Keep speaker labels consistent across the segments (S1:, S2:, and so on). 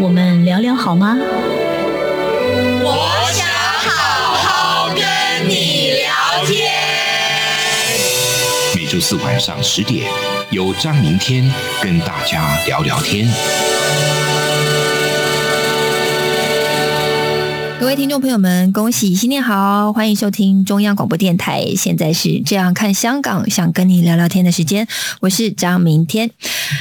S1: 我们聊聊好吗？
S2: 我想好好跟你聊天。
S3: 每周四晚上十点，由张明天跟大家聊聊天。
S4: 各位听众朋友们，恭喜新年好！欢迎收听中央广播电台，现在是这样看香港，想跟你聊聊天的时间，我是张明天，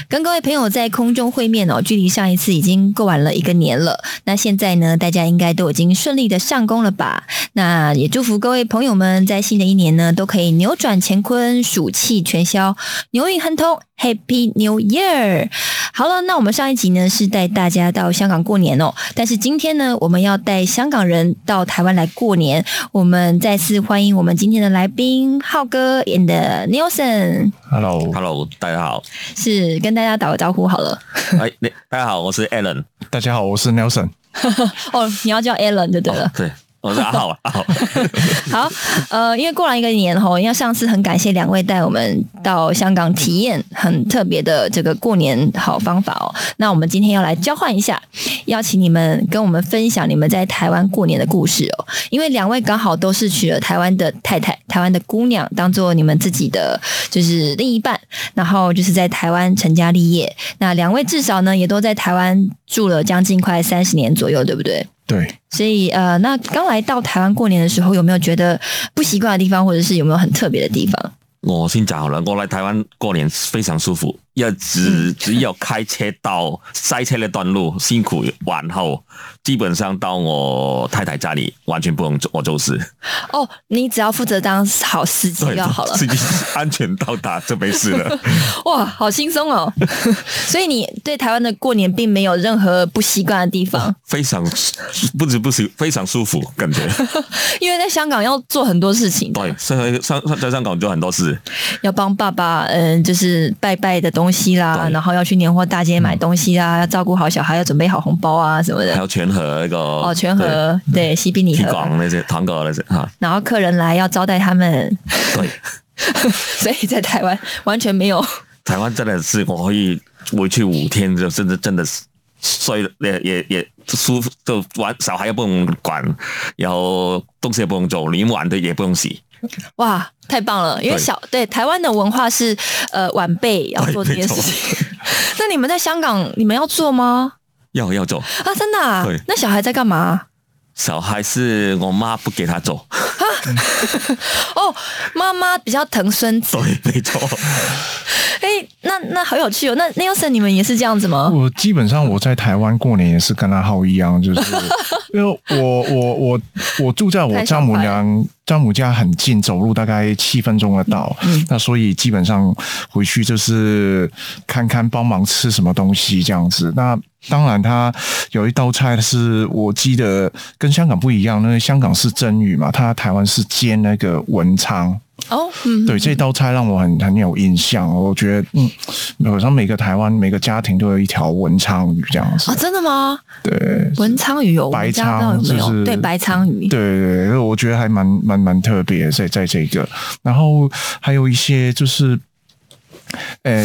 S4: 跟各位朋友在空中会面哦，距离上一次已经过完了一个年了。那现在呢，大家应该都已经顺利的上工了吧？那也祝福各位朋友们在新的一年呢，都可以扭转乾坤，暑气全消，牛运亨通，Happy New Year！好了，那我们上一集呢是带大家到香港过年哦，但是今天呢，我们要带香港人到台湾来过年。我们再次欢迎我们今天的来宾浩哥 and Nelson，
S5: Hello，
S6: Hello，大家好。
S4: 是跟大家打个招呼好了。
S6: 哎，你大家好，我是 Alan。
S5: 大家好，我是 Nelson。
S4: 哦，你要叫 Alan 就对了。
S6: 对，我是阿浩。啊阿浩，
S4: 好，呃，因为过了一个年吼，因为上次很感谢两位带我们到香港体验很特别的这个过年好方法哦。那我们今天要来交换一下，邀请你们跟我们分享你们在台湾过年的故事哦。因为两位刚好都是娶了台湾的太太、台湾的姑娘，当做你们自己的就是另一半，然后就是在台湾成家立业。那两位至少呢也都在台湾住了将近快三十年左右，对不对？
S5: 对，
S4: 所以呃，那刚来到台湾过年的时候，有没有觉得不习惯的地方，或者是有没有很特别的地方？
S6: 我先讲好了。我来台湾过年非常舒服，因为
S4: 嗯
S6: 只只有开车到塞车那段路辛苦，然后基本上到我太太家里完全不用做我做事，
S4: 哦，你只要负责当好司机
S6: 对，
S4: 就好了
S6: 自。己安全到达就没事了。
S4: 哇，好轻松哦！所以你对台湾的过年并没有任何不习惯的地 方，
S6: 非常不止不是非常舒服，感觉
S4: 因为在香港要做很多事情，
S6: 对。上上上在香港就很多事，
S4: 要帮爸爸嗯，就是拜拜的东西啦，
S6: 对
S4: 然后要去年货大街买东西啦，要照顾好小孩，要准备好红包啊什么
S6: 还
S4: 的。
S6: 有全盒那个
S4: 哦，
S6: 哦
S4: 全盒对，西宾礼
S6: 提
S4: 盒，
S6: 广那些糖果那些哈，
S4: 然后客人来要招待他们，
S6: 对。
S4: 所以在台湾完全没有。
S6: 台湾真的是我可以回去五天，就真的真的是睡也也也舒服，就玩小孩也不用管，然后东西也不用做，连碗的也不用洗。
S4: 哇，太棒了！因为
S6: 对
S4: 小对台湾的文化是呃晚辈要做这件事 情。那你们在香港，你们要做吗？
S6: 要要做，
S4: 啊，真的、啊
S6: 对？
S4: 那小孩在干嘛？
S6: 小孩是我妈不给他做，
S4: 哦，妈妈比较疼孙子。
S6: 对，没错，
S4: 哎，那那好有趣哦。那 Nelson，你们也是这样子吗？
S5: 我基本上我在台湾过年也是跟阿浩一样，就是 因为我我我我住在我丈母娘丈母家很近，走路大概七分钟的到。
S4: 嗯
S5: 那所以基本上回去就是看看帮忙吃什么东西这样子。那当然，它有一道菜是我记得跟香港不一样，那香港是蒸鱼嘛，它台湾是煎那个文昌。
S4: 哦，嗯，
S5: 对，这道菜让我很很有印象，我觉得嗯，好像每个台湾每个家庭都有一条文昌鱼这样子
S4: 哦，，真的吗？
S5: 对。
S4: 文昌鱼有，我
S5: 白
S4: 们家
S5: 鲳
S4: 不知道有没有？
S5: 就是
S4: 对，白鲳鱼。
S5: 对对对，我觉得还蛮蛮蛮特别的，在在这个，然后还有一些就是，呃，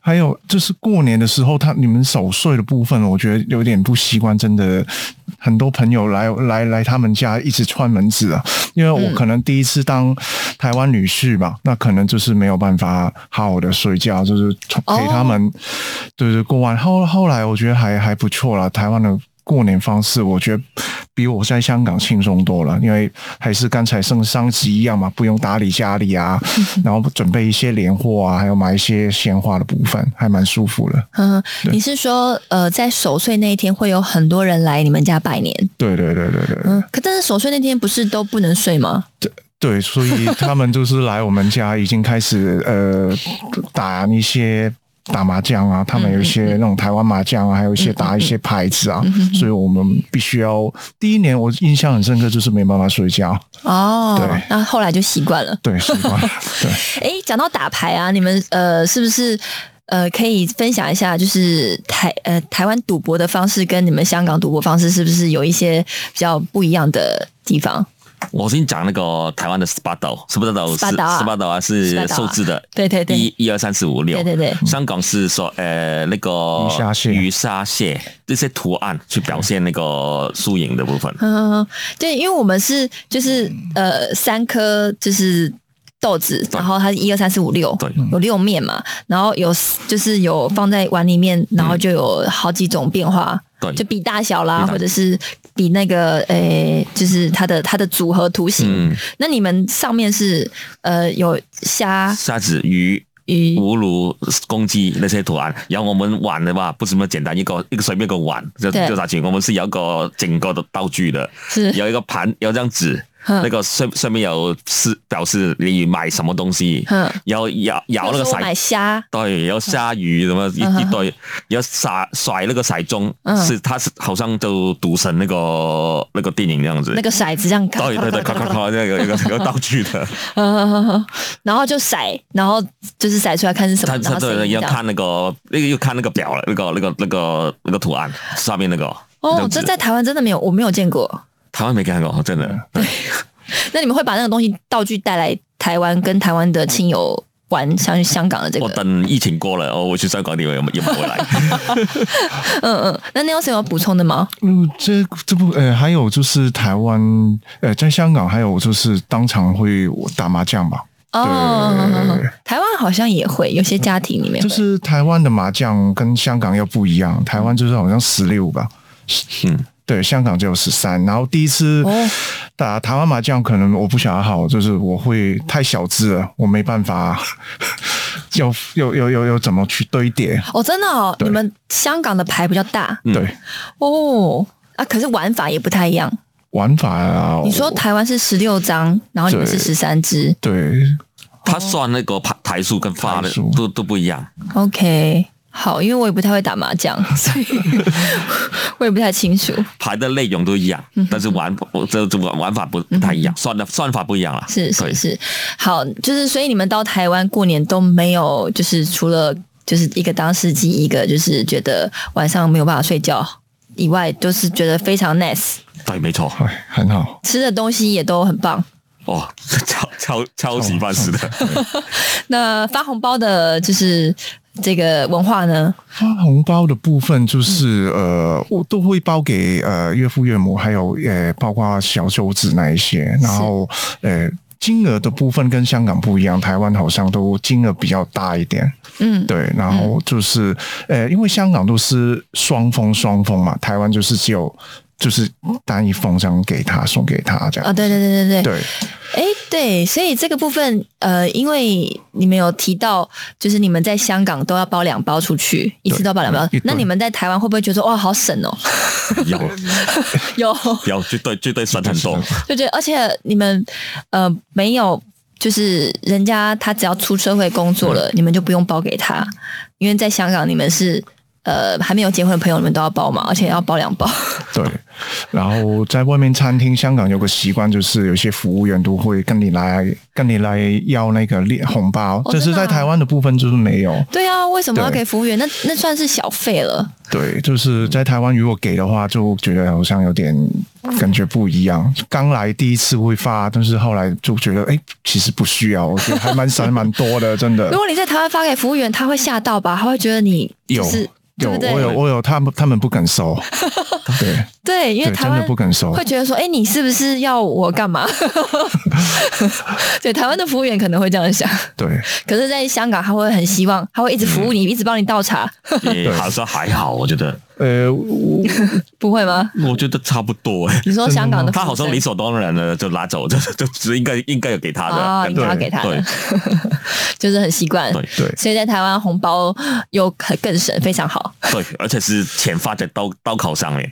S5: 还有就是过年的时候，他你们守岁的部分，我觉得有点不习惯，真的。很多朋友来来来他们家一直串门子啊，因为我可能第一次当台湾女婿吧，那可能就是没有办法好好的睡觉，就是
S4: 哦
S5: 陪他们，对对过完后后来我觉得还还不错啦，台湾的过年方式我觉得比我在香港轻松多了，因为还是刚才上上集一样嘛，不用打理家里啊，然后准备一些年货啊，还有买一些鲜花的部分，还蛮舒服的。
S4: 嗯，
S5: 对
S4: 你是说呃，在守岁那一天会有很多人来你们家拜年？
S5: 对对对对对。
S4: 嗯，可但是守岁那天不是都不能睡吗？
S5: 对，所以他们就是来我们家，已经开始呃打一些打麻将啊，他们有一些那种台湾麻将啊，还有一些打一些牌子啊，所以我们必须要第一年我印象很深刻，就是没办法睡觉，
S4: 哦
S5: 对，
S4: 那后来就习惯了。
S5: 对，习惯了，对。
S4: 哎，讲到打牌啊，你们呃是不是呃可以分享一下，就是台呃台湾赌博的方式跟你们香港赌博方式是不是有一些比较不一样的地方？
S6: 我先讲那个台湾的十八岛，十八岛是
S4: 十八岛啊
S6: 十八岛啊
S4: 十八
S6: 是
S4: 岛啊
S6: 数字的，
S4: 对对对
S6: 一一二三四五六，
S4: 对对对
S6: 香港是说呃那个
S5: 鱼虾蟹
S6: 鱼虾蟹这些图案去表现那个输赢的部分。
S4: 嗯，对，因为我们是就是呃三颗就是豆子，然后它是一二三四五六
S6: 对，
S4: 有六面嘛，然后有就是有放在碗里面，然后就有好几种变化，
S6: 对
S4: 就比大小啦，
S6: 比大
S4: 或者是比那个诶、就是它的它的组合图形。
S6: 嗯，
S4: 那你们上面是呃有虾
S6: 虾子、鱼、
S4: 鱼
S6: 葫芦、公鸡那些图案。然后我们玩的话，不是那么简单，一个一个随便一个碗就
S4: 对
S6: 就下去。我们是有一个整个的道 具的，
S4: 是
S6: 有一个盘，有一张纸，
S4: 嗯
S6: 那个上上面有示表示你买什么东西
S4: 嗯，
S6: 然后摇摇那
S4: 比
S6: 个
S4: 如说我
S6: 骰
S4: 买虾，
S6: 对，有下雨什么一
S4: 嗯哼
S6: 一堆，有甩甩那个骰盅，
S4: 嗯
S6: 是它是好像就赌神那个那个电影那样子。
S4: 那个骰子这样搞，
S6: 对对对，咔咔咔，那个有一个有个道具的，
S4: 嗯，然后就骰，然后就是骰出来看是什么，
S6: 他
S4: 然
S6: 他
S4: 后谁
S6: 对
S4: 赢
S6: 要
S4: 这样。
S6: 看那个那个又看那个表了，那个那个那个那个图案上面那个。
S4: 哦
S6: 样，子
S4: 这在台湾真的没有，我没有见过。
S6: 台湾没看过，真的。
S4: 那你们会把那个东西道具带来台湾，跟台湾的亲友玩，像香港的这
S6: 我
S4: 个，
S6: 等疫情过了，哦，我去香港，你们有没有有没有回来？
S4: 嗯嗯。那 Nelson 有补充的吗？
S5: 嗯，这这部呃，还有就是台湾呃，在香港还有就是当场会打麻将吧，
S4: 哦，台湾好像也会，有些家庭里面会
S5: 就是台湾的麻将跟香港又不一样，台湾就是好像十六吧，
S6: 嗯，
S5: 对，香港只有十三。然后第一次
S4: 哦
S5: 打台湾麻将，可能我不想好，就是我会太小资了，我没办法， 要要要要要怎么去堆叠？
S4: 哦，真的哦，
S5: 对
S4: 你们香港的牌比较大
S6: 嗯
S5: 对，
S4: 哦啊，可是玩法也不太一样。
S5: 玩法啊，
S4: 你说
S5: 我
S4: 台湾是十六张，然后你们是
S5: 对
S4: 十三支
S5: 对
S6: 他算那个牌台数跟发的
S5: 台数
S6: 都都不一样。
S4: ，OK。好，因为我也不太会打麻 将，所以我也不太清楚。
S6: 牌的内容都一样，
S4: 嗯
S6: 但是玩我这这玩玩法不不太一样，算的算法不一样了。
S4: 是
S6: 对
S4: 是是，好，就是所以你们到台湾过年都没有，就是除了就是一个当司机，一个就是觉得晚上没有办法睡觉以外，就是觉得非常 nice，
S6: 对，没错。
S5: 哎很好，
S4: 吃的东西也都很棒。
S6: 哦， 超超超级办事的，
S4: 那发红包的，就是这个文化呢，
S5: 发红包的部分就是、
S4: 嗯
S5: 呃，我都会包给呃岳父岳母，还有呃包括小舅子那一些，然后呃金额的部分跟香港不一样，台湾好像都金额比较大一点，
S4: 嗯，
S5: 对，然后就是、呃因为香港都是双封双封嘛，台湾就是只有就是单一封这样给他送给他这
S4: 啊、
S5: 样，
S4: 对对对对对，
S5: 对
S4: 哎，对，所以这个部分，呃，因为你们有提到，就是你们在香港都要包两包出去，一次都要包两包
S5: 嗯一，
S4: 那
S5: 顿
S4: 你们在台湾会不会觉得哇，好省哦？
S6: 有
S4: 有。
S6: 有绝对绝对算很多，
S4: 对对，而且你们呃没有，就是人家他只要出社会工作
S5: 嗯
S4: 了，你们就不用包给他，因为在香港你们是呃还没有结婚的朋友，你们都要包嘛，而且要包两 包。
S5: 对，然后在外面餐厅，香港有个习惯，就是有些服务员都会跟你来跟你来要那个礼红包，
S4: 哦
S5: 但是
S4: 真的
S5: 在
S4: 啊
S5: 台湾的部分就是没有。
S4: 对啊，为什么要
S5: 对
S4: 给服务员？那那算是小费了。
S5: 对，就是在台湾如果给的话，就觉得好像有点感觉不一样。刚来第一次会发，但是后来就觉得，哎，其实不需要，我觉得还蛮省蛮多的，真的
S4: 如。果你在台湾发给服务员，他会吓到吧？他会觉得你就
S5: 有
S4: 是对
S5: 有，
S4: 不对
S5: 我有我有，他们他们不敢 收，对
S4: 对，因为
S5: 对，
S4: 台
S5: 真
S4: 湾
S5: 的不敢收。
S4: 会觉得说，哎，你是不是要我干嘛？ 对，台湾的服务员可能会这样想，
S5: 对，
S4: 可是，在香港他会很希望，他会一直服务
S5: 嗯
S4: 你，一直帮你倒茶，
S6: 也好像还好，我觉得，
S5: 呃，我
S4: 不会吗？
S6: 我觉得差不多哎。
S4: 你说香港的服务
S6: 他好像
S4: 生
S6: 理所当然的就拿走，就就就应该应该有给他
S4: 哦
S6: 的，
S4: 应该要给他的
S6: 对，
S4: 就是很习惯，
S6: 对
S5: 对
S4: 所以在台湾红包又很更省，非常 好，
S6: 对，而且是钱发在刀刀口上面，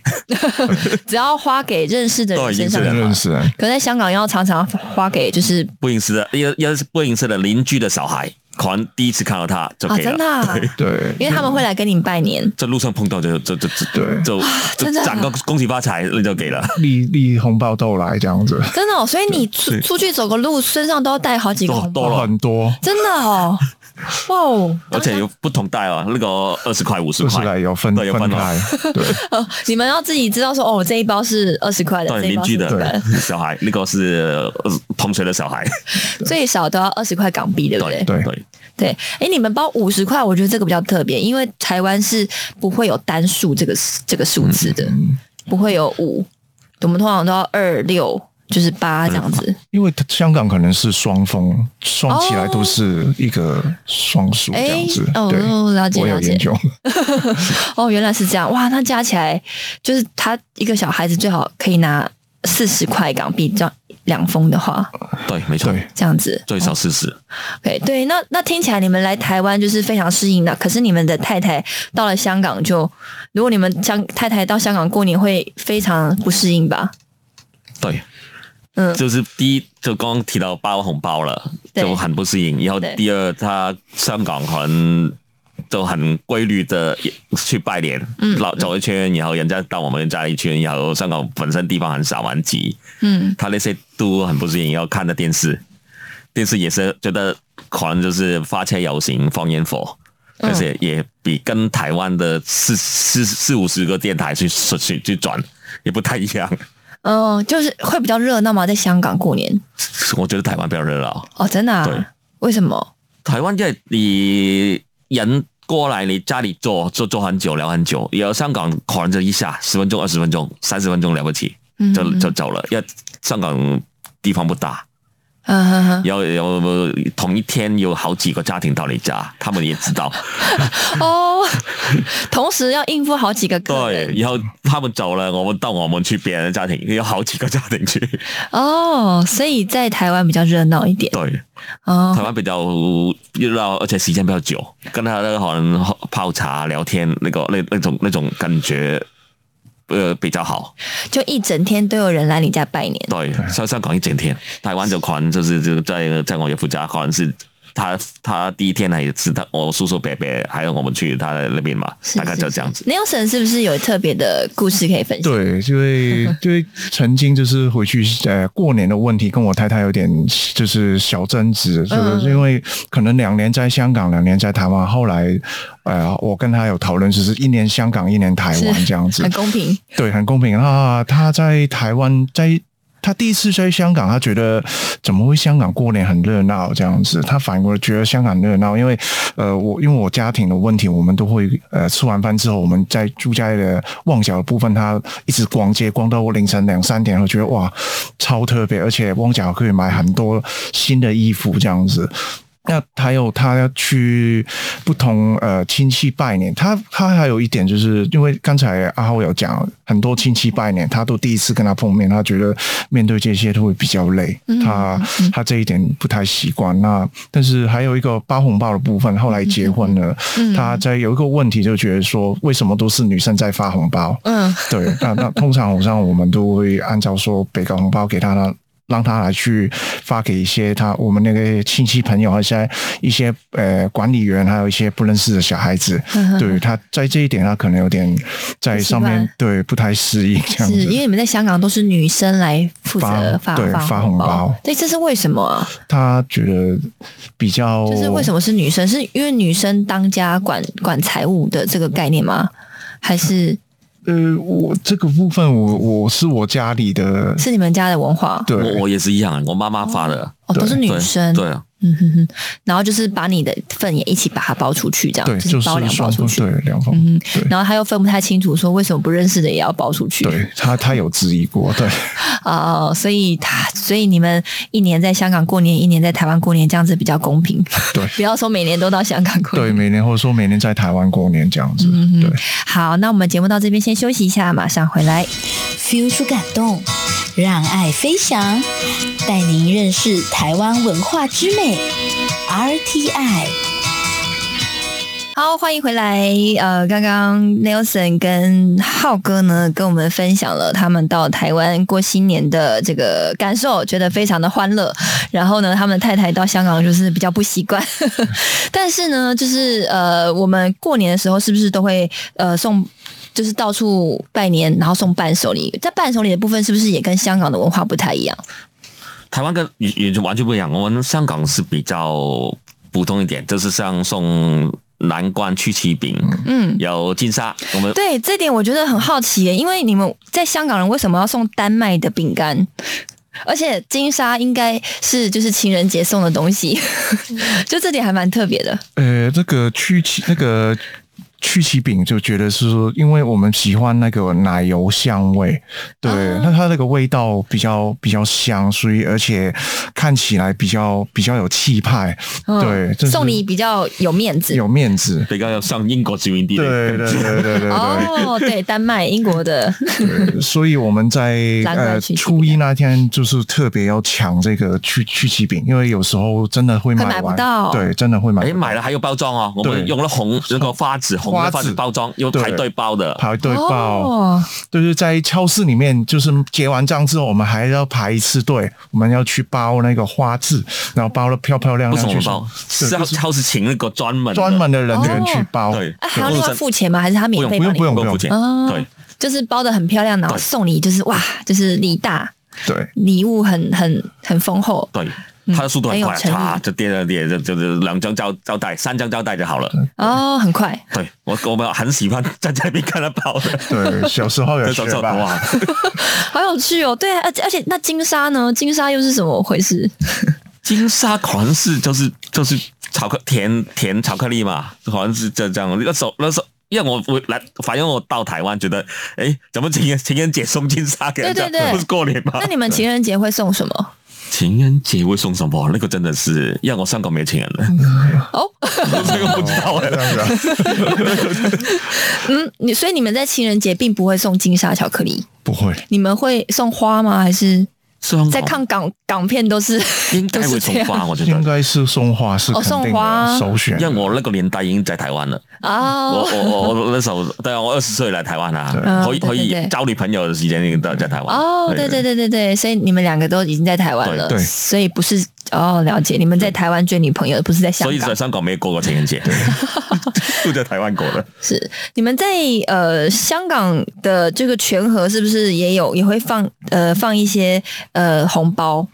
S4: 只要花给认识的
S6: 都
S4: 人
S6: 已经
S4: 身
S6: 是
S4: 上
S6: 对。
S5: 认识人。
S4: 可在香港要常常花给就是
S6: 不认识的，要要是不认识的邻居的小孩，可能第一次看到他就
S4: 啊，
S6: 可以了。
S4: 真的啊，
S5: 对，
S4: 因为他们会来跟你拜年。
S6: 在路上碰到就就就就
S5: 对
S6: 就就
S4: 真的啊
S6: 讲个恭喜发财，那就给了，
S5: 立立红包豆来这样子，
S4: 真的、哦，所以你出
S6: 对
S4: 出去走个路，身上都要带好几个
S6: 多
S4: 红包，
S6: 多了，
S5: 很多，
S4: 真的哦，哇哦！
S6: 而且有不同袋哦，那个二十块、五十
S5: 就
S6: 块
S5: 是，来有分
S6: 对有分
S5: 分
S6: 哦
S5: 开，对，
S4: 呃，你们要自己知道说，哦，这一包是二十块的，
S6: 对
S4: 这一
S6: 邻
S4: 包
S6: 居
S4: 是
S6: 的
S4: 几块
S6: 小孩，那个是呃碰水的小孩，
S4: 最少都要二十块港币，对不对？
S5: 对
S6: 对，
S4: 对，哎，你们包五十块，我觉得这个比较特别，因为台湾是不会有单数这个这个数字
S5: 嗯
S4: 的，不会有五，我们通常都要二六，就是
S5: 嗯
S4: 八这样子。
S5: 因为它香港可能是双峰，双起来都是一个双数嗯这样子，
S4: 哦
S5: 对，
S4: 哦了解
S5: 我有
S4: 了解
S5: 研 究，
S4: 哦，原来是这样，哇，那加起来就是他一个小孩子最好可以拿四十块港币，这样两封的话，
S6: 对，没错，
S5: 对，
S4: 这样子。
S6: 最少四十，
S4: 对对，那那听起来你们来台湾就是非常适应的，可是你们的太太到了香港就，如果你们香太太到香港过年会非常不适应吧？
S6: 对。
S4: 嗯
S6: 就是第一，就刚刚提到包红包了，
S4: 对
S6: 就很不适应。然后
S4: 对
S6: 第二，他香港可能都很规律的去拜年，
S4: 嗯
S6: 老走一圈，然后人家到我们家一圈，然后香港本身地方很少很挤，
S4: 嗯，
S6: 他那些都很不适应，要看的电视，电视也是觉得可能就是发车游行、放烟火，
S4: 嗯
S6: 而且也比跟台湾的四四四五十个电台去去去转也不太一样。
S4: 哦、就是会比较热闹嘛，在香港过年
S6: 我觉得台湾比较热闹，
S4: 哦，真的、
S6: 对
S4: 啊？为什么？
S6: 台湾因为你人过来你家里坐坐坐很久聊很久，然后香港可能就一下十分钟、二十分钟、三十分钟了不起
S4: 嗯
S6: 就就走了，因为香港地方不大。
S4: 嗯哼哼，
S6: 有有同一天有好几个家庭到你家，他们也 知道，
S4: 哦，同时要应付好几个客
S6: 对
S4: 人，
S6: 然后他们走了，我们到我们去别人的家庭，有好几个家庭去，
S4: 哦，所以在台湾比较热闹一点
S6: 对，台
S4: 哦。
S6: 湾比较呃热闹，而且时间比较久，跟他那个可能泡茶聊天那个那那种那种感觉。呃，比较好，
S4: 就一整天都有人来你家拜年，
S6: 对，香香港一整天，台湾就可能就是就在在我岳父家，可能是他他第一天也是他我叔叔伯伯，还有我们去他那边嘛，
S4: 是
S6: 大概就这样子。。
S4: 是是 Nelson 是不是有特别的故事可以分享？
S5: 对，因 为因为曾经就是回去呃过年的问题，跟我太太有点就是小争
S4: 嗯
S5: 执，就是因为可能两年在香港，两年在台湾，后来呃我跟她有讨论，就是一年香港，一年台湾
S4: 是
S5: 这样子
S4: 很，公平。
S5: 对，很公平啊！他在台湾，在他第一次在香港，他觉得怎么会香港过年很热闹这样子？他反而觉得香港热闹，因为呃，我因为我家庭的问题，我们都会呃吃完饭之后，我们在住家的旺角的部分，他一直逛街，逛到凌晨两三点，我觉得哇，超特别，而且旺角可以买很多新的衣服这样子。那还有他要去不同呃亲戚拜年，他他还有一点就是因为刚才阿浩有讲，很多亲戚拜年，他都第一次跟他碰面，他觉得面对这些都会比较累，他他这一点不太习惯。那但是还有一个包红包的部分，后来结婚了，
S4: 嗯
S5: 他在有一个问题就觉得说，为什么都是女生在发红包？
S4: 嗯，
S5: 对，那那通常好像我们都会按照说北港红包给他的。让他来去发给一些他我们那个亲戚朋友，还是一些呃管理员，还有一些不认识的小孩子。对他在这一点，他可能有点在上
S4: 不嗯习
S5: 面
S4: 惯
S5: 对不太适应这样
S4: 是
S5: 子。
S4: 因为你们在香港都是女生来负责
S5: 发
S4: 发
S5: 对
S4: 发
S5: 发
S4: 红
S5: 红
S4: 包
S5: 包，
S4: 对，这是为什么啊？
S5: 他觉得比较
S4: 就是为什么是女生？是因为女生当家管管财务的这个概念吗？还是
S5: 呃，我这个部分我我是我家里的
S4: 是你们家的文化？
S5: 对
S6: 我我也是一样，我妈妈发的，
S4: 哦，都是女
S6: 对
S4: 生。
S6: 对啊，
S4: 嗯哼哼，然后就是把你的份也一起把它包出去，这样
S5: 对
S4: 就
S5: 就是
S4: 包两包
S5: 双
S4: 出
S5: 方
S4: 去。
S5: 对两方
S4: 嗯
S5: 对
S4: 然后他又分不太清楚，说为什么不认识的也要包出去？
S5: 对他他有质疑过对。
S4: 哦，所以他，所以你们一年在香港过年，一年在台湾过年，这样子比较公平。
S5: 对
S4: 不要说每年都到香港过
S5: 对，
S4: 年。
S5: 每年或者说每年在台湾过年这样子，
S4: 嗯
S5: 对。
S4: 好，那我们节目到这边先休息一下，马上回来。
S7: feel 出感动，让爱飞翔，带您认识台湾文化之美。RTI。
S4: 好，欢迎回来。呃，刚刚 Nelson 跟浩哥呢，跟我们分享了他们到台湾过新年的这个感受，觉得非常的欢乐。然后呢，他们太太到香港就是比较不习惯，但是呢，就是呃，我们过年的时候是不是都会呃送？就是到处拜年，然后送伴手礼。在伴手礼的部分，是不是也跟香港的文化不太一样？
S6: 台湾跟也也就完全不一样，我们香港是比较普通一点，就是像送南瓜曲奇饼，
S4: 嗯，
S6: 有金沙，我们
S4: 对这点我觉得很好奇耶，因为你们在香港人为什么要送丹麦的饼干？而且金沙应该是就是情人节送的东西， 就这点还蛮特别的。
S5: 呃，这个曲奇那个曲奇饼就觉得是说，因为我们喜欢那个奶油香味，对，
S4: 啊
S5: 那、它那个味道比较比较香，所以而且看起来比较比较有气派，对，就是
S4: 嗯送礼比较有面子。
S5: 有面子，
S6: 比较要像英国殖民地的
S5: 对对对对对对。
S4: 哦，对，丹麦、英国的，
S5: 对 所以我们在
S4: 难怪
S5: 呃
S4: 曲奇饼
S5: 初一那天就是特别要抢这个曲曲奇饼，因为有时候真的会
S4: 会
S5: 买
S4: 买
S5: 完，
S4: 不到
S5: 对，真的会买不
S6: 哎，
S5: 到。
S6: 买了还有包装哦，我们
S5: 对
S6: 用了红那个花纸，红的花纸包装，用
S5: 对
S6: 排队包的。
S5: 排队报，
S4: 哦，
S5: 就是在超市里面，就是结完账之后，我们还要排一次队，我们要去包那个花字，然后包的漂漂亮
S6: 不是
S5: 亮
S6: 我
S5: 去
S6: 们
S5: 送
S6: 包，，
S5: 对
S6: 是
S5: 就
S6: 要
S5: 是
S6: 超市请那个专门的
S5: 专门的人员
S4: 哦
S5: 去包，
S6: 对
S4: 啊，还要另外付钱吗？还是他免费
S5: 不
S4: 帮
S5: 用
S4: 你
S5: 不？用
S6: 不
S5: 不
S6: 用
S5: 用
S6: 付，钱，
S4: 哦
S6: 对，
S4: 就是包的很漂亮，然后
S6: 对
S4: 送你就是哇，就是礼大，
S5: 对
S4: 礼物很很很丰厚。
S6: 对
S4: 嗯。
S6: 它的速度很快，
S4: 很有诚
S6: 嚓
S4: 意
S6: 就叠了叠，就就就两张胶胶带，三张胶带就好了。
S4: 哦，很快，
S6: 对我我们很喜欢在这边看到包的，
S5: 对，小时候有
S6: 这
S5: 学
S6: 种这种
S5: 吧，
S6: 哇，
S4: 好有趣哦。对啊，而且而且那金沙呢？金沙又是怎么回事？
S6: 金沙好像是就是就是巧克甜甜巧克力嘛，好像是这这样。那时候那时候，因为我我来，反正我到台湾觉得，哎，怎么情人情人节送金沙给人家，
S4: 对对对
S6: 不是过年 吗？
S4: 那你们情人节会送什么？
S6: 情人节会送什么？那个真的是，因为我香港没情人了，
S4: 哦，
S6: 这个不知道哎、
S5: 这样子啊。
S4: 嗯，你所以你们在情人节并不会送金沙巧克力，
S5: 不会，
S4: 你们会送花吗？还是
S6: 香港
S4: 在看港港片都是
S6: 应该
S4: 都
S6: 会
S4: 是这
S6: 送
S4: 样
S6: 花，我觉
S5: 应
S6: 得。
S5: 该是送花是
S4: 哦
S5: 肯定
S4: 送花
S5: 的首选
S6: 因为，我那个年代已经在台湾了， 我
S4: 哦
S6: 我我我那时候，对啊，我二十岁来台湾啊
S5: 对，
S4: 嗯
S6: 可以
S4: 对对
S6: 可以
S4: 对
S6: 交女朋友的时间已经在在台湾
S4: 哦，对对对对对，所以你们两个都已经在台湾
S6: 对
S4: 了，
S5: 对
S4: 所以不是哦，了解，你们在台湾追女朋友，不是在香
S6: 所以
S4: 港
S6: 在。香港没有过过情 人节，都在台湾过的。
S4: 是你们在呃香港的这个全盒是不是也有也会放呃放一些呃红包？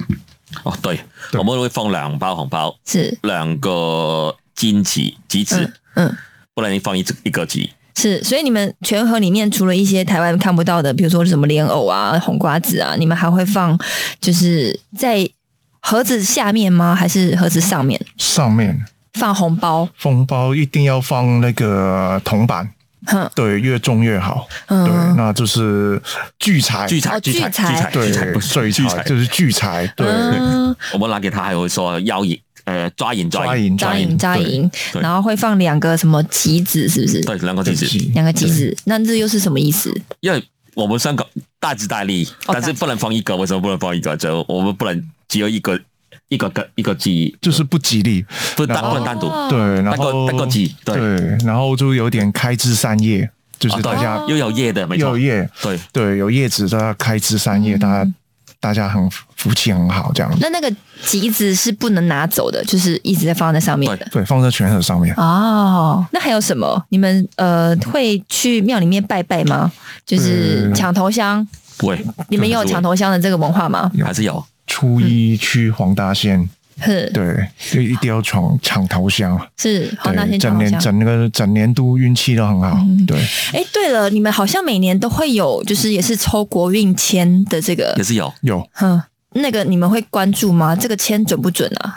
S6: 哦，对，
S5: 对
S6: 我们会放两包红包，
S4: 是
S6: 两个金纸橘子，
S4: 嗯
S6: 不然你放一只一个纸。
S4: 是，所以你们全盒里面除了一些台湾看不到的，比如说什么莲藕啊、红瓜子啊，你们还会放就是在盒子下面吗？还是盒子上面
S5: 上面
S4: 放红包？
S5: 封包一定要放那个铜板，
S4: 哼，
S5: 对，越重越好，对，
S4: 嗯，
S5: 那就是聚财，
S6: 聚财，
S4: 哦
S6: 聚财，
S4: 聚财
S6: 聚财，
S5: 对
S6: 聚财，，不
S5: 聚
S6: 是聚
S5: 财
S6: 财。
S5: 就是聚财，对。
S4: 嗯，
S6: 我们拿给他还会说要赢，呃，抓赢，
S5: 抓
S6: 赢，
S5: 赢
S4: 扎营扎
S5: 对
S4: 营，
S6: 对
S4: 然后会放两个什么棋子，是不是？
S6: 对，两个橘
S5: 橘
S6: 子
S5: 子，
S4: 两个棋子，那这又是什么意思？
S6: 因为我们香港大吉大利，
S4: 哦
S6: 但是不能放一个，为什么不能放一个？就我们不能只有一个，一个个一个鸡，
S5: 就是不吉利，
S6: 不单
S5: 然
S6: 不
S5: 后
S6: 能单独，
S4: 嗯
S5: 对，然
S6: 那个
S5: 后
S6: 那个鸡，对，啊
S5: 对，然后就有点开枝散叶，就是大家
S4: 哦
S6: 对，又哦有叶的，没错
S5: 有，叶，
S6: 对，
S5: 对，有叶子，大家开枝散
S4: 嗯
S5: 叶，大家大家很福气很好，这样
S4: 那那个棋子是不能拿走的，就是一直在放在上面的。
S5: 对，放在拳头上面，
S4: 哦，那还有什么？你们呃会去庙里面拜拜吗？就是
S5: 嗯
S4: 抢头香，
S6: 喂，
S4: 你们有抢头香的这个文化吗？
S6: 还是有，
S5: 初一去黄大仙，
S4: 是
S5: 对，就一定要抢抢头香，
S4: 是，好，那
S5: 对，
S4: 先
S5: 整
S4: 抢头
S5: 年
S4: 香。
S5: 整那个整年都运气都很好，对，
S4: 哎，对了，你们好像每年都会有，就是也是抽国运签的这个
S6: 也，是有。
S5: 有
S4: 哼，那个你们会关注吗？这个签准不准啊？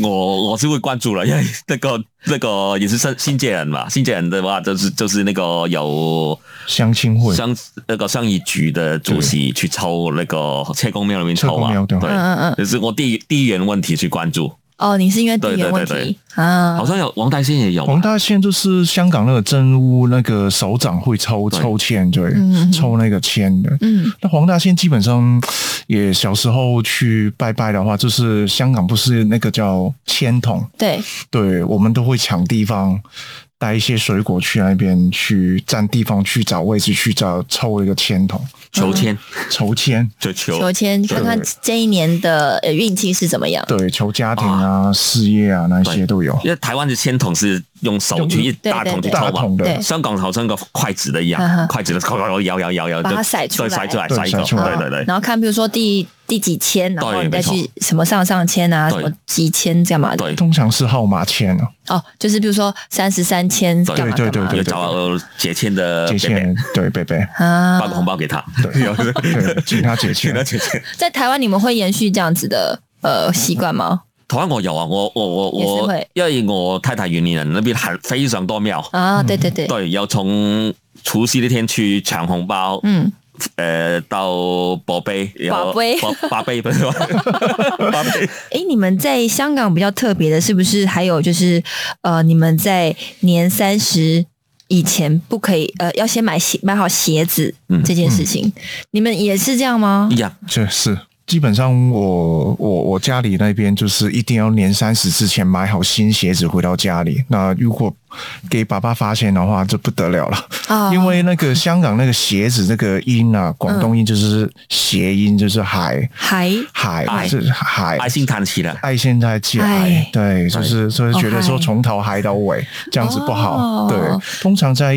S6: 我我是会关注了，因为那个那个也是新新界人嘛，新界人的话就是就是那个有
S5: 相亲会，
S6: 商那个商业局的主席去抽那个车公庙里面抽
S5: 车公
S6: 啊
S5: 庙，对
S4: 嗯嗯嗯，
S6: 也是我第一第一缘问题去关注，
S4: 哦，你是因为地
S6: 对
S4: 缘
S6: 对
S4: 问
S6: 对对
S4: 题啊？
S6: 好像有王大仙也有吧，啊
S5: 黄大仙就是香港那个真屋那个首长会抽
S6: 对
S5: 抽签，对，
S4: 嗯
S5: 抽那个签的。
S4: 嗯，
S5: 那黄大仙基本上也小时候去拜拜的话，就是香港不是那个叫签筒，
S4: 对，
S5: 对我们都会抢地方，带一些水果去那边去占地方，去找位置，去找抽一个签筒，
S6: 求签，
S5: 筹签。
S6: 就求
S4: 求签，看看这一年的呃运气是怎么样。
S5: 对，求家庭啊、事业啊那些都有。
S6: 因为台湾的签筒是用手去一大桶去
S4: 对对对
S6: 抽
S5: 大桶
S6: 嘛，
S5: 的
S4: 对
S6: 香港好像个筷子的一
S4: 嗯
S6: 样
S4: 哼，
S6: 筷子的摇摇摇摇，
S4: 把它甩出
S6: 就
S4: 来嗯
S6: 对甩出来，
S5: 对
S6: 甩一个，
S5: 甩出来
S6: 对对对。
S4: 然后看，比如说第第几签，然后
S6: 对
S4: 你再
S6: 没错
S4: 去什么上上签啊，什
S6: 对
S4: 么几签干嘛的？
S6: 对，
S5: 通常是号码签啊，
S4: 哦，就是比如说三十三签
S6: 对
S4: 干嘛
S5: 对
S4: 干嘛
S5: 对
S6: 有
S5: 对
S6: 找呃解签的
S5: 接
S6: 贝贝
S5: 线对贝贝，
S4: 啊
S6: 发个红包给他，
S5: 对，对，请他 解
S6: 给
S5: 签
S6: 他。解签。
S4: 在台湾你们会延续这样子的呃习惯吗？
S6: 台湾我有啊，我我我
S4: 也是
S6: 我
S4: 会，
S6: 因為我太太云林人，那邊很非常多廟，
S5: 嗯
S4: 啊，对对对，
S6: 對，有從除夕那天去搶紅包，
S4: 嗯，
S6: 呃，到寶貝，然後
S4: 寶貝
S6: 寶寶 貝不是嗎？寶貝
S4: 诶，你们在香港比较特别的，是不是还有就是呃，你们在年三十以前不可以呃，要先买鞋买好鞋子、
S6: 嗯
S4: 这件事情，你们也是这样吗？
S6: 一樣，
S5: 这是基本上我我我家里那边就是一定要年三十之前买好新鞋子回到家里。那如果给爸爸发现的话，这不得了了，
S4: 啊
S5: 因为那个香港那个鞋子那个音啊，广东音就是谐音，就是海
S4: 还
S5: 海
S6: 海
S5: 是海。
S6: 愛心彈起了，
S5: 爱现在起来
S4: 哎，
S5: 对，就是就是觉得
S4: 哦
S5: 说
S4: 嗨
S5: 从头嗨到尾，这样子不好。
S4: 哦
S5: 对，通常在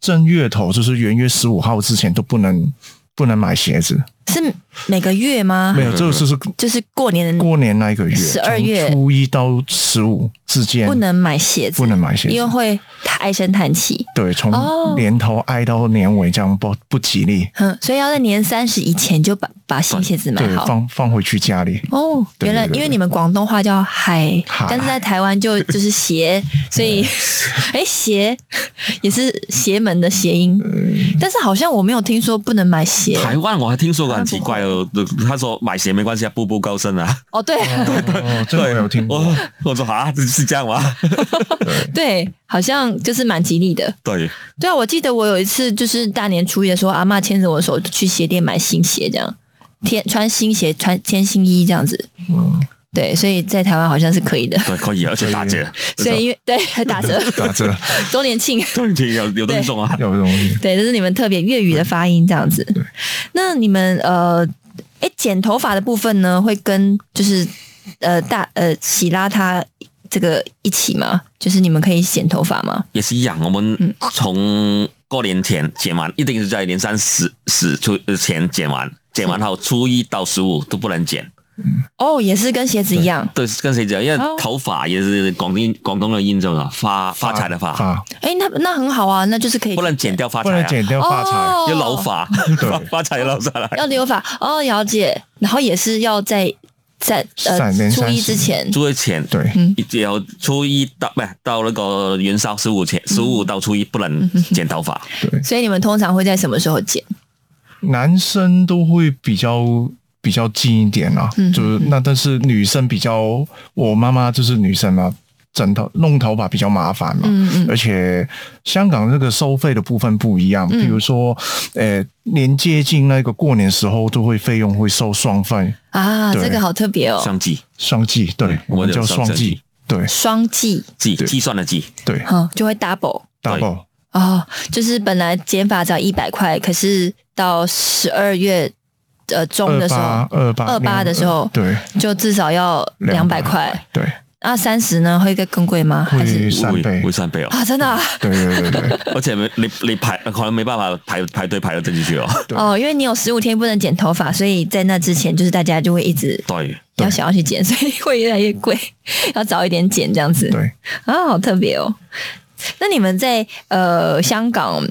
S5: 正月头，就是元月十五号之前都不能不能买鞋子，
S4: 是每个月吗？
S5: 没有，这个就是
S4: 就是过年
S5: 过年那一个月，
S4: 12月
S5: 从初一到十五之间
S4: 不能买鞋子，
S5: 不能买鞋
S4: 因为
S5: 子，
S4: 会唉声叹气。
S5: 对，从
S4: 哦
S5: 年头挨到年尾这样不不吉利，
S4: 哼，所以要在年三十以前就把把新鞋子买
S5: 对，
S4: 好。
S5: 放放回去家 里，
S4: 哦，
S5: 对
S4: 原来
S5: 对对
S4: 因为你们广东话叫海
S5: 嗨，
S4: 但是在台湾就 就是鞋，所以 哎鞋也是邪门的谐音，
S5: 嗯
S4: 但是好像我没有听说不能买鞋
S6: 台灣我還聽說過很奇怪
S4: 啊
S6: 哦，他說買鞋沒關係啊，步步高升 啊，
S4: 哦，对
S5: 哦，这个我有聽
S6: 我
S5: 過，
S6: 我說啊，是這樣嗎？
S4: 对，好像就是蛮吉利的。
S6: 對，
S4: 对啊，我记得我有一次就是大年初一的时候，阿嬷牵着我的手去鞋店买新鞋，这样天穿新鞋穿穿新衣这样子。
S5: 嗯
S4: 对，所以在台湾好像是可以的，
S6: 對，可以，而且打折，
S4: 所以因为对还打 折
S5: 打折
S4: 周年庆，
S6: 當然有有得送啊，
S5: 有东 西，
S4: 对，这是你们特别粤语的发音这样子。那你们呃，哎，剪头发的部分呢，会跟就是呃大呃喜拉他这个一起吗？就是你们可以剪头发吗？
S6: 也是一样，我们从过年前剪完，一定是在年三十十初前剪完，剪完后初一到十五都不能剪。
S4: 哦，也是跟鞋子一样。
S6: 对，跟谁讲？因为
S4: 哦
S6: 头发也是广东广东的音叫啥？发发财的发，
S5: 发，
S4: 哎，那那很好啊，那就是可以
S6: 不能剪掉发
S5: 啊不
S6: 财
S5: 能
S6: 啊，
S5: 剪掉发财，
S4: 哦
S6: 要留发， 发发财留下来。
S4: 要留发哦，了解。然后也是要在在
S5: 闪
S4: 呃
S5: 电
S4: 初
S5: 三
S4: 一
S5: 十
S4: 之前，
S6: 初一前，
S5: 对，
S4: 嗯
S6: 只有初一到不是到那个元宵十五前，十五到初一不能剪头发。
S4: 所以你们通常会在什么时候剪？
S6: 哦
S5: 男生都会比较比较近一点啦，
S4: 嗯
S5: 就是那但是女生比较，我妈妈就是女生嘛，整头弄头发比较麻烦嘛，
S4: 嗯嗯
S5: 而且香港这个收费的部分不一样，比如说，呃，连接近那个过年时候都会费用会收双份
S4: 啊，
S5: 对
S4: 这个好特别哦，
S6: 相继
S5: 双季，对
S6: 嗯
S5: 我们叫双
S6: 我
S5: 季
S6: 们叫双季，
S5: 对
S4: 双计
S6: 计计算的计，
S5: 对
S4: 哦，就会 double。
S5: ，double
S4: 哦，就是本来减法只要一百块，可是到十二月呃中
S5: 二
S4: 的时
S5: 八
S4: 候，
S5: 二八
S4: 28的时候
S5: 对
S4: 就至少要两百块。
S5: 对，
S4: 那三十呢，会更贵吗？还
S5: 会
S4: 是
S5: 三倍
S6: 会，三倍哦。
S4: 啊，真的啊、
S5: 对对对对，
S6: 而且没你你排可能没办法排排队排到进去哦。
S5: 对
S4: 哦，因为你有十五天不能剪头发，所以在那之前，就是大家就会一直
S6: 对，
S4: 要想要去剪，所以会越来越贵，要早一点剪这样子。
S5: 对
S4: 啊，好特别哦。那你们在呃香港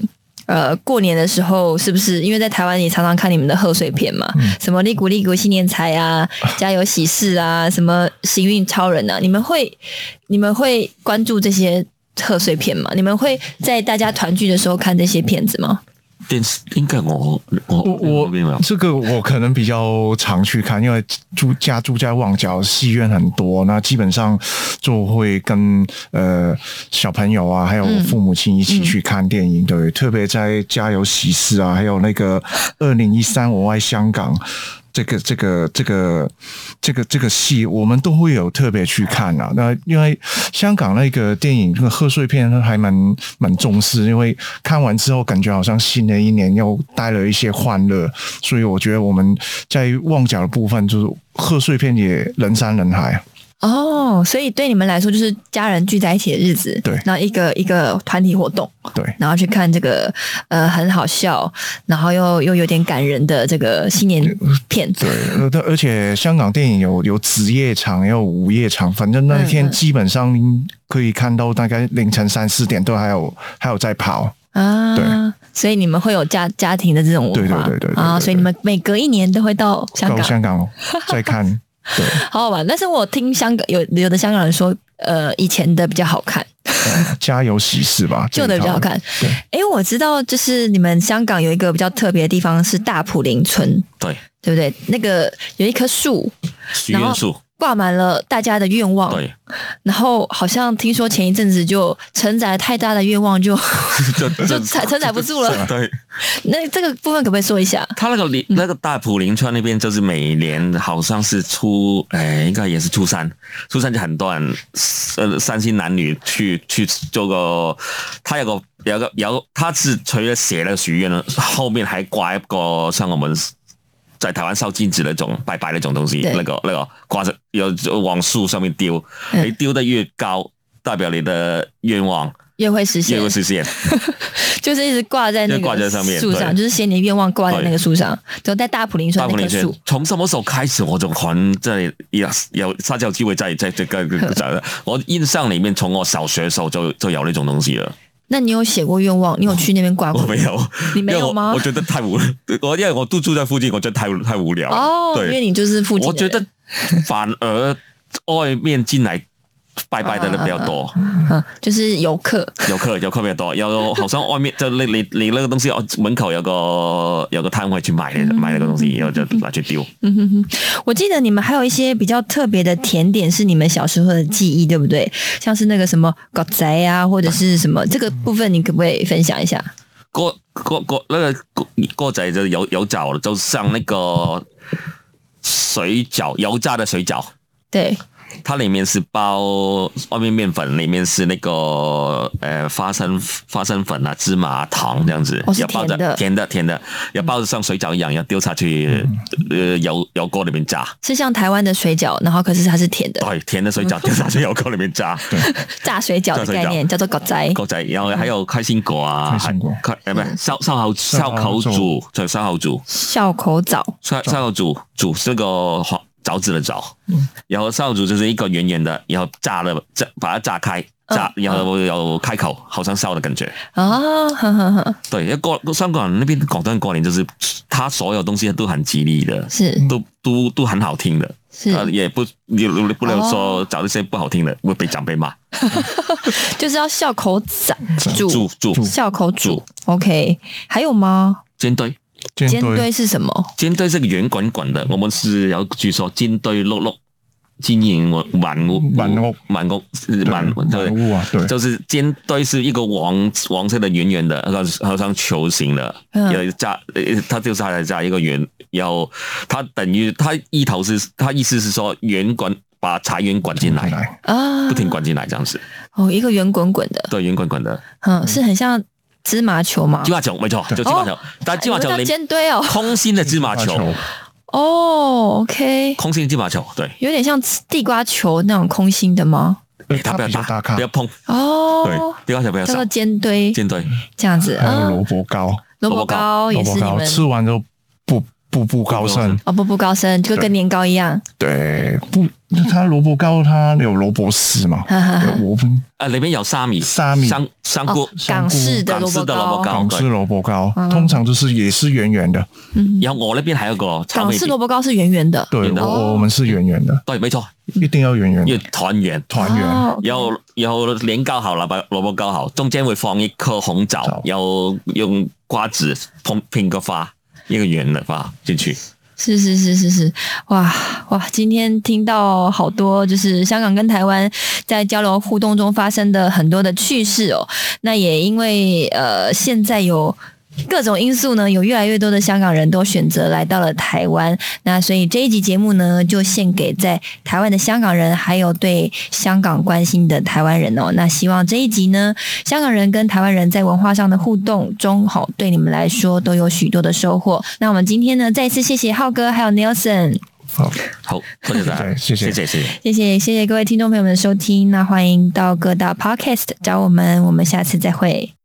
S4: 呃过年的时候，是不是因为在台湾也常常看你们的贺岁片嘛？什么利古利古新年财啊，家有喜事啊，什么行运超人啊，你们会你们会关注这些贺岁片吗？你们会在大家团聚的时候看这些片子吗？
S6: 电视应该我我
S5: 我
S6: 明白
S5: 我。这个我可能比较常去看，因为住家住在旺角，戏院很多，那基本上就会跟呃小朋友啊，还有父母亲一起去看电影。对，特别在《家有喜事》啊，还有那个《二零一三我爱香港》这个这个这个这个这个戏，我们都会有特别去看啊。那因为香港那个电影那个贺岁片还蛮蛮重视，因为看完之后感觉好像新的一年又带了一些欢乐，所以我觉得我们在旺角的部分就是贺岁片也人山人海。
S4: 哦，所以对你们来说就是家人聚在一起的日子，
S5: 对
S4: 然后一个一个团体活动，
S5: 对
S4: 然后去看这个呃很好笑，然后又又有点感人的这个新年片，
S5: 对，呃但而且香港电影有有子夜场，也有午夜场，反正那一
S4: 嗯
S5: 天
S4: 嗯
S5: 基本上您可以看到大概凌晨三四点都还有还有在跑。对
S4: 啊，所以你们会有家家庭的这种文化，
S5: 对对对对对对
S4: 啊，
S5: 对
S4: 所以你们每隔一年都会到香
S5: 到
S4: 港，
S5: 香 港再看，对，
S4: 好好玩。但是我听香港有有的香港人说，呃，以前的比较好看，
S5: 呃家有喜事吧，
S4: 旧的比较好看。
S5: 这一套。
S4: 诶，我知道，就是你们香港有一个比较特别的地方是大埔林村，
S6: 对，
S4: 对不对？那个有一棵树
S6: 许愿树，
S4: 挂满了大家的愿望，
S6: 对，
S4: 然后好像听说前一阵子就承载太大的愿望 就
S6: 就
S4: 就承承载不住了。
S6: 对，
S4: 那这个部分可不可以说一下？
S6: 他那个林
S4: 嗯
S6: 那个大埔林村那边，就是每年好像是初，哎，应该也是初三，初三就很多人，呃，三星男女去去做个，他有个有个有，他是除了写那个许愿呢，后面还挂一个像我们。在台湾烧金纸那种拜拜那种东西
S4: 对，
S6: 那个那个挂着有有往树上面丢，
S4: 嗯
S6: 你丢的越高，代表你的愿望
S4: 约会实现
S6: 越会实现。
S4: 就是一直挂在那
S6: 就挂在
S4: 个
S6: 上面
S4: 树上，
S6: 对
S4: 就是写你的愿望挂在那个树上，就在大埔林村
S6: 大部
S4: 那
S6: 分
S4: 棵
S6: 以前
S4: 树。
S6: 從什麼時候開始我就很即有有撒嬌機會在在在跟在，我印象裡面從我小學的時候就就有呢種東西了。
S4: 那你有写过愿望？你有去那边挂
S6: 我
S4: 过？
S6: 沒有，
S4: 你没有
S6: 因為我
S4: 吗
S6: 我？覺得太無，我因為我都住在附近，我覺得太無太無聊了。
S4: 哦，因为
S6: 對，
S4: 你就是附近
S6: 我
S4: 的人。
S6: 覺得反而外面進來拜拜的人比較多，
S4: 嗯，就是游客。
S6: 遊客遊客比較多，有好像外面就你你你那個東西，我門口有個有個攤位去買買那個東西，然後就拿去丟。
S4: 嗯哼哼，我记得你们还有一些比较特别的甜点是你们小时候的记忆，对不对？像是那个什么狗仔啊，或者是什么这个部分，你可不可以分享一下？
S6: 歌歌歌那个歌歌仔就有有饺了，就像那个水饺，油炸的水饺，
S4: 对，
S6: 它里面是包外面面粉，里面是那个呃花生花生粉啊、芝麻糖这样子，
S4: 哦是
S6: 要包着
S4: 甜的
S6: 甜的甜的，要包着像水饺一样，要丢下去呃油油锅里面炸，
S4: 是像台湾的水饺，然后可是它是甜的，
S6: 对，甜的水饺丢下去油锅里面炸。
S4: 炸水饺的概念叫做狗仔。
S6: 狗仔，然後還有開心果啊，
S5: 開心果
S6: 開誒唔係燒燒烤
S5: 燒
S6: 燒
S5: 烤
S6: 烤
S5: 組
S6: 煮，就燒烤煮。
S4: 笑口枣，
S6: 烧烧烤煮煮这个黄枣子的枣，
S4: 嗯
S6: 然后烧烤煮就是一个圆圆的，然后炸了炸把它炸开，炸
S4: 嗯
S6: 然后有开口，好像烧的感觉。
S4: 啊，呵呵呵，
S6: 对，因为过香港人那边广东人过年就是他所有东西都很吉利的，
S4: 是
S6: 都都都很好听的，
S4: 嗯是
S6: 呃也不也不不能说
S4: 哦
S6: 找一些不好听的会被长辈骂。
S4: 就是要笑口仔
S6: 煮
S4: 煮，
S6: 煮
S4: 笑口煮
S6: 煮。
S4: OK，还有吗？
S6: 煎堆，
S5: 对，煎
S4: 煎
S5: 堆
S4: 堆是什么？
S6: 煎堆是个圆滚滚的，我们是有据说煎堆碌碌。煎完晚屋，
S5: 晚屋
S6: 晚屋，晚对
S5: 满屋啊，对，
S6: 就是煎堆是一个黄黄色的圆圆的，好像好像球形的，
S4: 嗯
S6: 有加呃它就是它加一个圆，然后它等于它意头是它意思是说圆滚把财源滚进来，
S5: 来，
S4: 啊，
S6: 不停滚进来这样子，
S4: 哦，一个圆滚滚的，
S6: 对，圆滚滚的
S4: 嗯，是很像芝麻球吗
S6: 芝？麻球没错，就芝麻球，但芝麻球
S4: 哦哎你们叫
S6: 里
S4: 煎堆哦，
S6: 空心的芝麻球，
S4: 哦，OK，
S6: 空心的芝麻球，对，
S4: 有点像地瓜球那种空心的吗？
S6: 哎
S5: 它
S6: 它不要
S5: 比较
S6: 打，
S5: 大咖
S6: 不要碰，对
S4: 哦，，
S6: 地瓜球不要
S4: 叫
S6: 少
S4: 做，煎堆，
S6: 煎堆
S4: 这样子
S5: 还有
S4: 啊。
S5: 萝卜糕，
S4: 萝卜糕哦也
S5: 萝
S4: 是
S5: 卜
S4: 你
S5: 糕
S4: 们
S5: 吃完都步步步高升。
S4: 哦，步步高升，就跟年糕一样。
S5: 对，不，它萝卜糕它有萝卜丝嘛，
S4: 哈哈哈
S5: 有萝卜
S6: 啊，里面有沙米，
S5: 沙米
S6: 香香菇
S4: 哦，，港式的萝
S6: 港式
S4: 卜
S6: 的萝
S4: 糕，
S6: 卜糕，
S5: 港
S6: 对
S5: 式萝卜糕
S4: 嗯，
S5: 通常就是也是圆圆的。
S4: 嗯，
S6: 然后我那边还有个炒
S4: 港
S6: 米
S4: 式
S6: 饼
S4: 萝，卜糕是圆圆的，
S5: 对，
S6: 圆的
S5: 我
S4: 哦
S5: 我们是圆圆的，
S6: 对，没错，
S5: 一定要圆圆
S6: 要
S5: 的，
S6: 团圆。
S5: 嗯团圆。
S4: 哦，
S6: 有有年糕好啦，萝卜萝卜糕好，中间会放一颗红枣
S5: 枣，
S6: 有用瓜子碰拼个花，一个圆的花进去。
S4: 是是是是是，哇哇！今天听到好多就是香港跟台湾在交流互动中发生的很多的趣事哦。那也因为呃，现在有各种因素呢，有越来越多的香港人都选择来到了台湾。那所以这一集节目呢，就献给在台湾的香港人，还有对香港关心的台湾人哦。那希望这一集呢，香港人跟台湾人在文化上的互动中，吼，对你们来说都有许多的收获。那我们今天呢，再次谢谢浩哥还有 Nelson。
S5: 好，
S6: 好，多谢大家，
S5: 谢谢
S6: 谢谢，谢谢。
S4: 谢谢谢谢各位听众朋友们的收听，那欢迎到各大 podcast 找我们，我们下次再会。